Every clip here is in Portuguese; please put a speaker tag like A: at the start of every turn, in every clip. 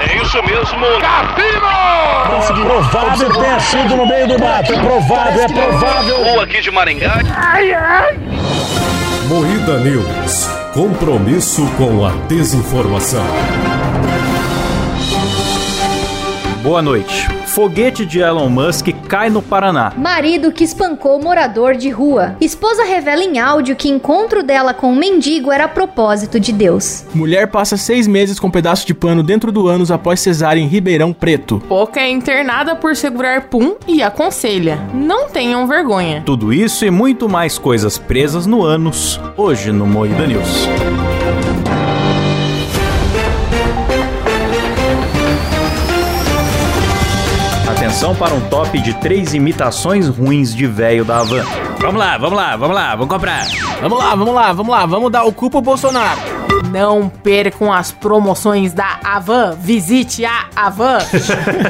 A: É isso mesmo, Capino!
B: Conseguiu. Provável ter sido no meio do mato. É provável, é provável.
A: Ou aqui de Maringá.
C: Moída News. Compromisso com a desinformação.
D: Boa noite. Foguete de Elon Musk cai no Paraná.
E: Marido que espancou morador de rua. Esposa revela em áudio que encontro dela com um mendigo era propósito de Deus.
F: Mulher passa seis meses com um pedaço de pano dentro do ânus após cesárea em Ribeirão Preto.
G: Poca é internada por segurar pum e aconselha: não tenham vergonha.
D: Tudo isso e muito mais coisas presas no ânus, hoje no Moída News. Atenção para um top de três imitações ruins de véio da Havan. Vamos lá, vamos lá, vamos lá, vamos comprar.
F: Vamos lá, vamos lá, vamos lá, vamos dar o cu pro Bolsonaro.
G: Não percam as promoções da Avan. Visite a Avan.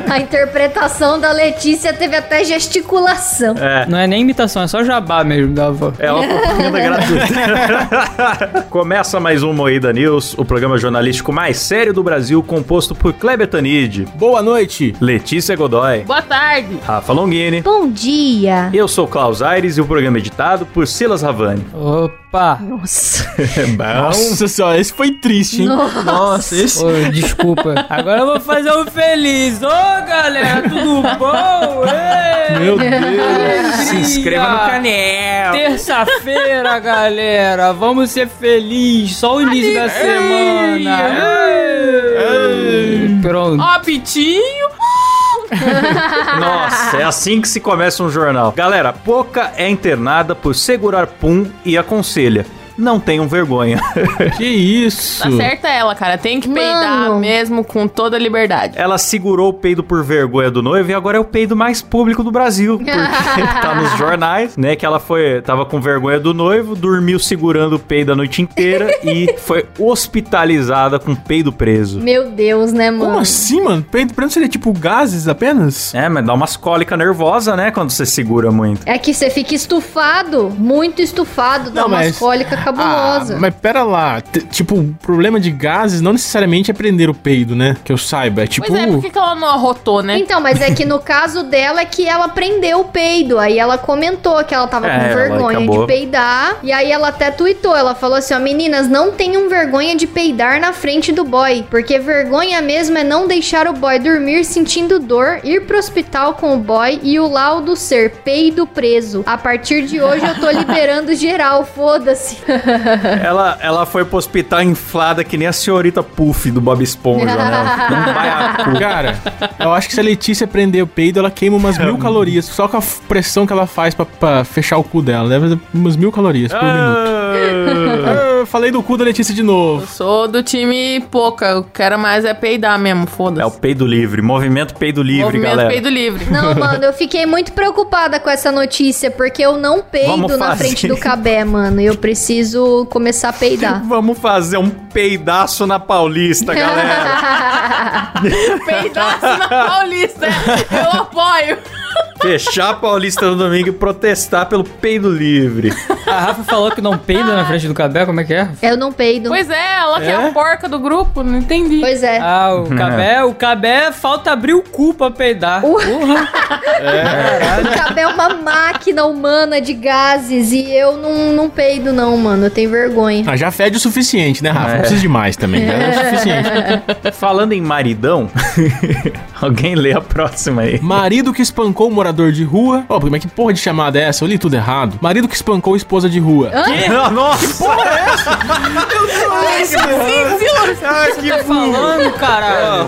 E: A interpretação da Letícia teve até gesticulação.
D: É,
H: Não é nem imitação, é só jabá mesmo da avó.
D: É uma propaganda gratuita. Começa mais um Moída News, o programa jornalístico mais sério do Brasil, composto por Kleber Tanid,
F: Boa noite.
D: Letícia Godoy,
G: Boa tarde.
D: Rafa Longini.
E: Bom dia.
D: Eu sou Klaus Aires e o programa é editado por Silas Ravani.
H: Opa!
E: Nossa.
D: É bom.
F: Nossa senhora, esse foi triste, hein?
E: Nossa.
F: esse.
H: Ô, desculpa. Agora eu vou fazer um feliz. Ô, galera, tudo bom? Ei!
F: Meu Deus.
D: Se inscreva no canal.
H: Terça-feira, galera. Vamos ser felizes. Só o início da semana. Ei! Pronto.
G: Ó, Pitinho.
D: Nossa, é assim que se começa um jornal. Galera, Poca é internada por segurar pum e aconselha. Não tenham vergonha.
F: Que isso?
G: Tá certa ela, cara. Tem que peidar
E: Mano.
G: mesmo com toda a liberdade.
D: Ela segurou o peido por vergonha do noivo e agora é o peido mais público do Brasil. Porque tá nos jornais, né? Que ela foi. Tava com vergonha do noivo, dormiu segurando o peido a noite inteira e foi hospitalizada com o peido preso.
E: Meu Deus, né, mano?
F: Como assim, mano? Peito preto seria tipo gases apenas?
D: É, mas dá umas cólicas nervosa, né? Quando você segura muito.
E: É que você fica estufado, muito estufado, dá
F: Não,
E: uma
F: mas-
E: cólica
G: É
E: cabulosa.
F: Ah, mas pera lá, T- tipo, o problema de gases não necessariamente é prender o peido, né? Que eu saiba, é tipo...
G: Pois é, por que que ela não arrotou, né?
E: Então, mas é que no caso dela é que ela prendeu o peido. Aí ela comentou que ela tava
D: É,
E: com
D: ela
E: vergonha
D: acabou.
E: de peidar. E aí ela até tuitou. Ela falou assim: ó, meninas, não tenham vergonha de peidar na frente do boy. Porque vergonha mesmo é não deixar o boy dormir sentindo dor, ir pro hospital com o boy e o laudo ser peido preso. A partir de hoje eu tô liberando geral, foda-se.
H: É.
D: Ela, ela foi pro hospital inflada que nem a senhorita Puff do Bob Esponja, né? Não vai a cu.
F: Cara, eu acho que se a Letícia prender o peido, ela queima umas mil calorias. Só com a f- pressão que ela faz pra, pra fechar o cu dela. Deve ser umas mil calorias
H: Um
F: por minuto.
D: Ah.
F: Ah, eu falei do cu da Letícia de
G: Eu
F: novo.
G: sou do time pouca. Eu quero mais é peidar mesmo,
D: É o
G: foda-se.
D: peido livre, movimento peido É livre,
G: Movimento
D: galera.
G: peido livre.
E: Não, mano, eu fiquei muito preocupada com essa notícia, porque eu não
D: Vamos
E: peido na
D: fazer.
E: frente do cabé, mano. E eu preciso começar a peidar.
D: Vamos fazer um peidaço na Paulista, galera.
G: Peidaço na Paulista. é. Eu apoio.
D: Fechar a Paulista no domingo e protestar pelo peido livre.
H: A Rafa falou que não peida na frente do cabé, como é que é?
E: eu não peido.
G: Pois é, ela que é a porca do grupo. Não entendi.
E: Pois é. Uh.
H: Ah, o cabé, o cabé falta abrir o cu pra peidar. Porra.
E: O cabé é uma máquina humana de gases e eu não, não peido, não, mano. Eu tenho vergonha.
F: Ah, já fede o suficiente, né, Rafa? Não precisa de mais também. Já é o suficiente.
D: Falando em maridão, alguém lê a próxima aí.
F: Marido que espancou um morador de rua. Ó, como é que porra de chamada é essa? Eu li tudo errado. Marido que espancou esposa de rua.
D: Ah. Nossa!
E: é.
H: Ah, que tá falando, caralho?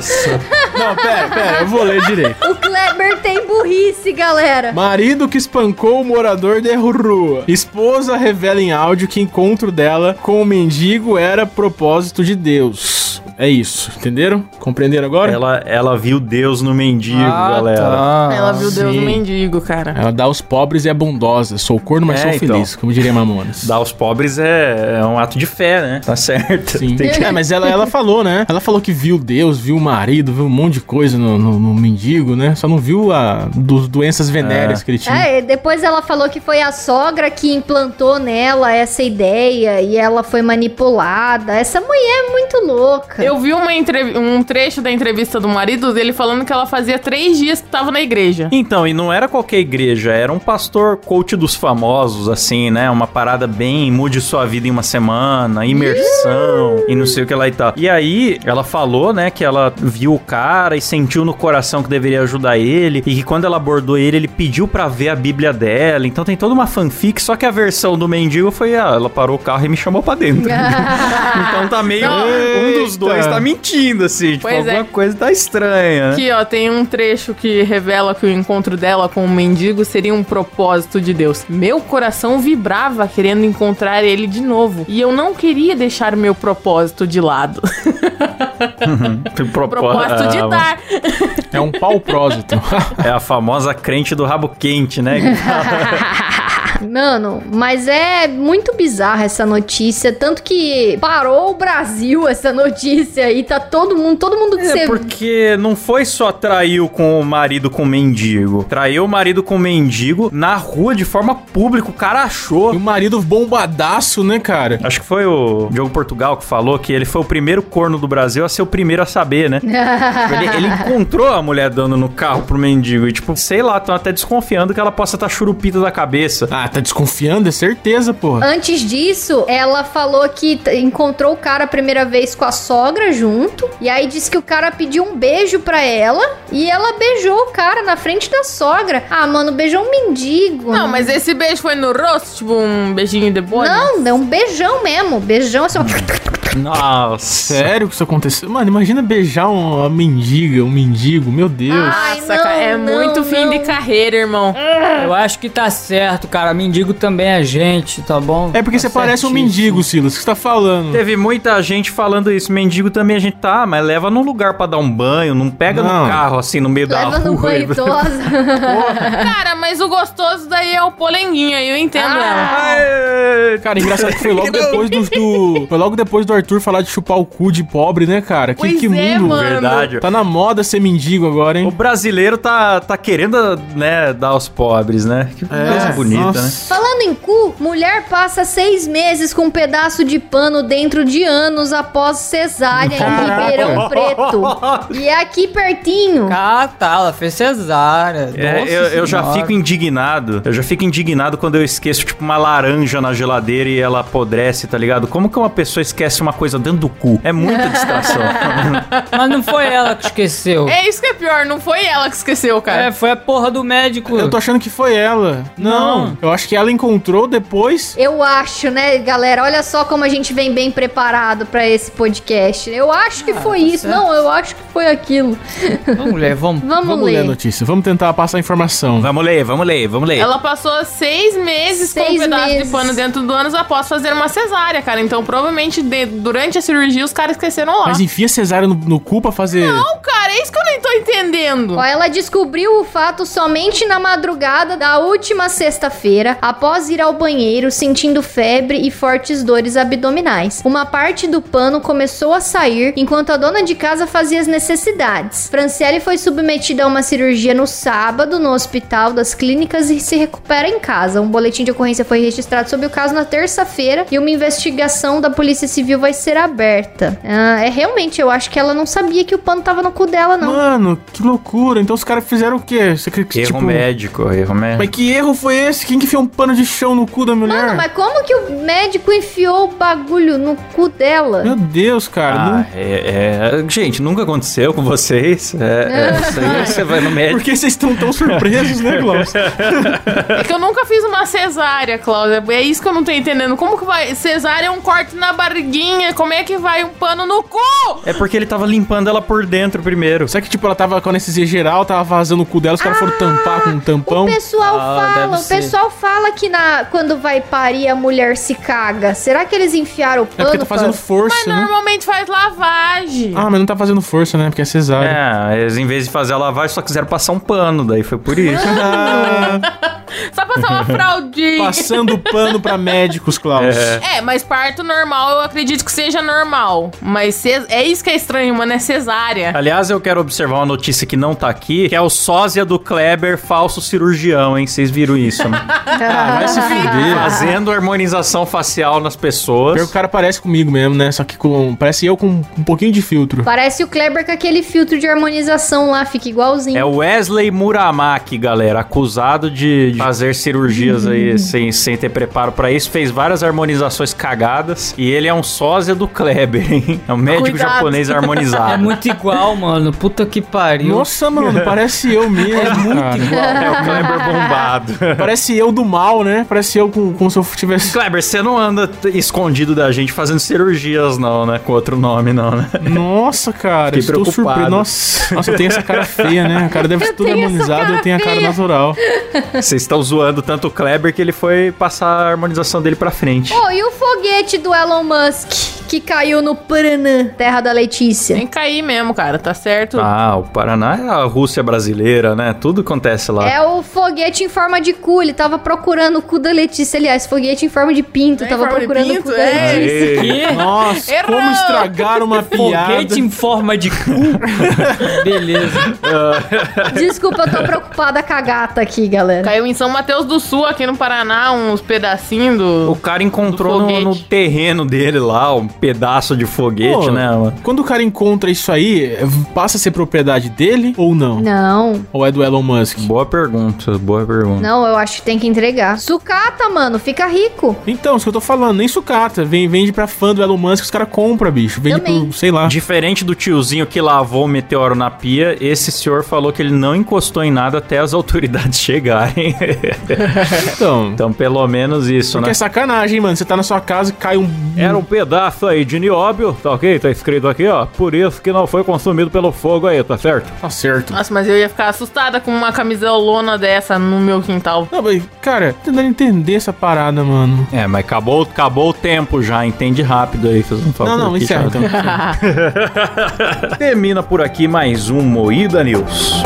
F: Não, pera, pera, eu vou ler direito.
E: O Kleber tem burrice, galera.
F: Marido que espancou o morador de rua. Esposa revela em áudio que encontro dela com o mendigo era propósito de Deus. É isso, entenderam? Compreenderam agora? Ela,
D: Ela, ela viu Deus no mendigo,
H: Ah,
D: galera.
H: tá.
G: Ela viu Deus no
F: sim.
G: mendigo, cara.
F: dá aos pobres e é bondosa. Sou corno, mas
D: É,
F: sou
D: então.
F: feliz, como diria Mamonas.
D: Dar aos pobres é, é um ato de fé, né? Tá certo.
F: Sim.
D: Tem que-
F: É, mas ela, ela falou, né? Ela falou que viu Deus, viu o marido, viu um monte de coisa no, no- no mendigo, né? Só não viu a dos doenças venéreas que ele tinha.
E: É, e depois ela falou que foi a sogra que implantou nela essa ideia e ela foi manipulada. Essa mulher é muito louca.
G: Eu vi uma entrev- um trecho da entrevista do marido dele falando que ela fazia três dias que tava na igreja.
D: Então, e não era qualquer igreja, era um pastor coach dos famosos, assim, né? Uma parada bem mude sua vida em uma semana, imersão e não sei o que lá e tal. E aí, ela falou, né, que ela viu o cara e sentiu no coração que deveria ajudar ele e que quando ela abordou ele, ele pediu pra ver a Bíblia dela. Então tem toda uma fanfic, só que a versão do mendigo foi, ah, ela parou o carro e me chamou pra dentro. então tá meio.
G: Não.
D: Um dos dois
F: Eita.
D: tá mentindo, assim. Tipo,
G: Pois é.
D: alguma coisa tá estranha, né?
G: Aqui, ó, tem um trecho que revela que o encontro dela com o mendigo seria um propósito de Deus. Meu coração vibrava querendo encontrar ele de novo. E eu não queria deixar o meu propósito de lado.
D: Propó-
G: propósito
D: Ah,
G: de tá, dar.
F: É um pau prósito.
D: É a famosa crente do rabo quente, né?
E: Mano, mas é muito bizarra essa notícia. Tanto que parou o Brasil essa notícia e tá todo mundo, todo mundo que
D: É
E: você.
D: porque não foi só traiu com o marido com o mendigo. Traiu o marido com o mendigo na rua de forma pública. O cara
F: E
D: achou.
F: o marido bombadaço, né, cara?
D: Acho que foi o Diogo Portugal que falou que ele foi o primeiro corno do Brasil a ser o primeiro a saber, né? ele, ele encontrou a mulher dando no carro pro mendigo. E, tipo, sei lá, estão até desconfiando que ela possa estar churupita da cabeça.
F: Ah, tá desconfiando? É certeza, porra.
E: Antes disso, ela falou que t- encontrou o cara a primeira vez com a sogra junto. E aí disse que o cara pediu um beijo pra ela. E ela beijou o cara na frente da sogra. Ah, mano, beijou um mendigo.
G: Não, mas esse beijo foi no rosto, tipo um beijinho de boa.
E: Não, é um beijão mesmo. Beijão assim. ó.
D: Nossa.
F: Sério que isso aconteceu? Mano, imagina beijar um- uma mendiga, um mendigo, meu Deus.
E: Ai,
G: Nossa, cara, é
E: não,
G: muito fim
E: não.
G: de carreira, irmão.
H: Eu acho que tá certo, cara. Mendigo também é gente, tá bom?
F: É porque
H: Tá
F: você parece um
H: certíssimo.
F: mendigo, Silas, o que você tá falando?
D: Teve muita gente falando isso. Mendigo também a gente tá, mas leva num lugar pra dar um banho, não pega
F: Não.
D: no carro assim no meio da
E: Leva
D: rua.
E: no banho idosa.
G: Cara, mas o gostoso daí é o polenguinho, aí eu entendo ela.
D: Aê!
F: Cara, engraçado que foi logo depois do, do- Foi logo depois do Arthur falar de chupar o cu de pobre, né, cara? Que,
G: Pois
F: que
G: é,
F: mundo.
G: mano.
D: Verdade.
F: Tá na moda ser mendigo agora,
D: O
F: hein?
D: brasileiro tá, tá querendo, né, dar aos pobres, né? Que
F: É.
D: coisa bonita, né?
E: Falando em cu, mulher passa seis meses com um pedaço de pano dentro de anos após cesárea em
F: Caraca.
E: Ribeirão Preto. E é aqui pertinho.
H: Ah, tá. Ela fez cesárea.
D: É,
H: Nossa
D: eu, eu já
H: Senhora.
D: fico indignado. Eu já fico indignado quando eu esqueço, tipo, uma laranja na geladeira e ela apodrece, tá ligado? Como que uma pessoa esquece uma coisa dentro do cu? É muita distração.
H: Mas não foi ela que esqueceu.
G: É isso que é pior, não foi ela que esqueceu, cara.
H: É, foi a porra do médico.
F: Eu tô achando que foi ela. né? Não,
H: Não.
F: eu acho que ela encontrou depois.
E: Eu acho, né, galera? Olha só como a gente vem bem preparado pra esse podcast. Eu acho que
F: Ah,
E: foi
F: tá
E: isso. Não, eu acho que foi aquilo.
H: Ô, mulher, vamos.
E: Vamos,
F: Vamos ler a
E: ler.
F: notícia, vamos tentar passar a informação.
D: vamos ler, vamos ler, vamos ler.
G: Ela passou seis meses com um
E: Seis
G: pedaço de
E: meses.
G: pano dentro do ânus após fazer uma cesárea, cara. Então, provavelmente, de- durante a cirurgia, os caras esqueceram lá.
F: Mas enfia cesárea no, no cu pra fazer.
G: Não, cara, é isso que eu nem tô entendendo.
E: Ó, ela descobriu o fato somente na madrugada da última sexta-feira, após ir ao banheiro sentindo febre e fortes dores abdominais. Uma parte do pano começou a sair enquanto a dona de casa fazia as necessidades. Franciele foi submetida a uma cirurgia no sábado no hospital das clínicas e se recupera em casa. Um boletim de ocorrência foi registrado sobre o caso na terça-feira e uma investigação da Polícia Civil vai ser aberta. Ah, é realmente, eu acho que ela não sabia que o pano tava no cu dela, não.
F: Mano, que loucura. Então os caras fizeram o quê? Você, tipo, que-
E: tipo
D: Erro médico, erro
F: Mas
D: médico.
F: que erro foi esse? Quem que enfiou um pano de chão no cu da mulher?
E: Mano, Ah, mas como que o médico enfiou o bagulho no cu dela?
F: Meu Deus, cara. não-
D: Ah, é, é- Gente, nunca aconteceu com vocês. É, é, isso aí você vai no médico.
F: Por que vocês estão tão surpresos, né, Glaucio?
G: É que eu nunca fiz uma cesárea, Cláudia. É isso que eu não tô entendendo. Como que vai. Cesárea é um corte na barriguinha. Como é que vai um pano no cu?
D: É porque ele tava limpando ela por dentro primeiro.
F: Será que, tipo, ela tava com anestesia geral, tava vazando o cu dela, os caras foram tampar com um
E: O
F: tampão?
E: pessoal
H: Ah,
E: fala,
H: deve
E: o
H: ser.
E: pessoal fala que na, quando vai parir a mulher se caga. Será que eles enfiaram o
F: É
E: pano?
F: porque tá fazendo
E: pra-
F: força, né?
G: Normalmente faz lavagem.
F: Ah, mas não tá fazendo força, né? Porque é cesárea.
D: É, eles em vez de fazer a lavagem só quiseram passar um pano, daí foi por isso.
F: Ah,
G: Só passar uma fraldinha.
F: Passando pano pra médicos, Klaus.
D: É.
G: É, mas parto normal eu acredito que seja normal. Mas ces- é isso que é estranho, mano, é cesárea.
D: Aliás, eu quero observar uma notícia que não tá aqui, que é o sósia do Kleber, falso cirurgião, hein? Vocês viram isso, né?
F: Ah, vai se fuder.
D: Fazendo harmonização facial nas pessoas.
F: Pior que o cara parece comigo mesmo, né? Só que com, parece eu com um pouquinho de filtro.
E: Parece o Kleber com aquele filtro de harmonização lá, fica igualzinho.
D: É o Wesley Muramaki, galera, acusado de de fazer cirurgias aí sem, sem ter preparo pra isso, fez várias harmonizações cagadas e ele é um sósia do Kleber, hein? É um médico
G: Cuidado.
D: japonês harmonizado.
H: É muito igual, mano. Puta que pariu.
F: Nossa, mano, parece eu
H: é
F: mesmo.
H: muito igual.
D: É o Kleber bombado.
F: parece eu do mal, né? Parece eu com, como se eu tivesse.
D: Kleber, você não anda t- escondido da gente fazendo cirurgias, não, né? Com outro nome, não, né?
F: Nossa, cara,
D: Fiquei
F: estou
D: preocupado.
F: surpreso. Nossa, nossa, eu tenho essa cara feia, né? O cara deve ser tudo
G: tenho essa
F: harmonizado e eu
G: cara
F: tenho a cara
G: feia.
F: natural.
D: Vocês estão zoando tanto o Kleber que ele foi passar a harmonização dele pra frente.
E: Oh, e o foguete do Elon Musk que caiu no Paranã, terra da Letícia?
G: Tem que cair mesmo, cara, tá certo?
D: Ah, o Paraná é a Rússia brasileira, né? Tudo acontece lá.
E: É o foguete em forma de cu. Ele tava procurando o cu da Letícia. Aliás, foguete em forma de pinto.
G: É Em
E: tava
G: forma de
E: procurando
G: pinto,
E: o cu da
G: é.
E: Letícia.
D: Aê.
H: Que?
F: Nossa,
G: Errou!
F: como estragar uma piada.
H: Foguete em forma de cu. Beleza.
E: Desculpa, eu tô preocupada com a gata aqui, galera.
G: Caiu em São Mateus do Sul, aqui no Paraná, uns pedacinhos
D: O
G: do.
D: cara encontrou
G: Do
D: no,
G: foguete.
D: no terreno dele lá um pedaço de foguete,
F: Pô,
D: né? mano?
F: Quando o cara encontra isso aí, passa a ser propriedade dele ou não?
E: Não,
F: Ou é do Elon Musk?
D: Boa pergunta, boa pergunta.
E: não, eu acho que tem que entregar. Sucata, mano, fica rico.
F: Então, isso que eu tô falando, nem sucata. Vem, vende pra fã do Elon Musk, os caras compram, bicho. Vende
E: Também.
F: pro, sei lá.
D: Diferente do tiozinho que lavou o meteoro na pia, esse senhor falou que ele não encostou em nada até as autoridades chegarem.
F: Então.
D: então, pelo menos isso,
F: Porque
D: né?
F: é sacanagem, mano. Você tá na sua casa e cai um.
D: Era um pedaço aí de nióbio, tá ok? Tá escrito aqui, ó. Por isso que não foi consumido pelo fogo aí, tá certo?
F: Tá certo.
G: Nossa, mas eu ia ficar assustada com uma camisolona dessa no meu quintal.
F: Não, mas, cara, tô tentando entender essa parada, mano.
D: É, mas acabou, acabou o tempo já, entende rápido aí, fez um favor.
F: Não, não,
D: aqui,
F: encerra
D: Thiago.
F: então.
D: Termina por aqui mais um Moída News.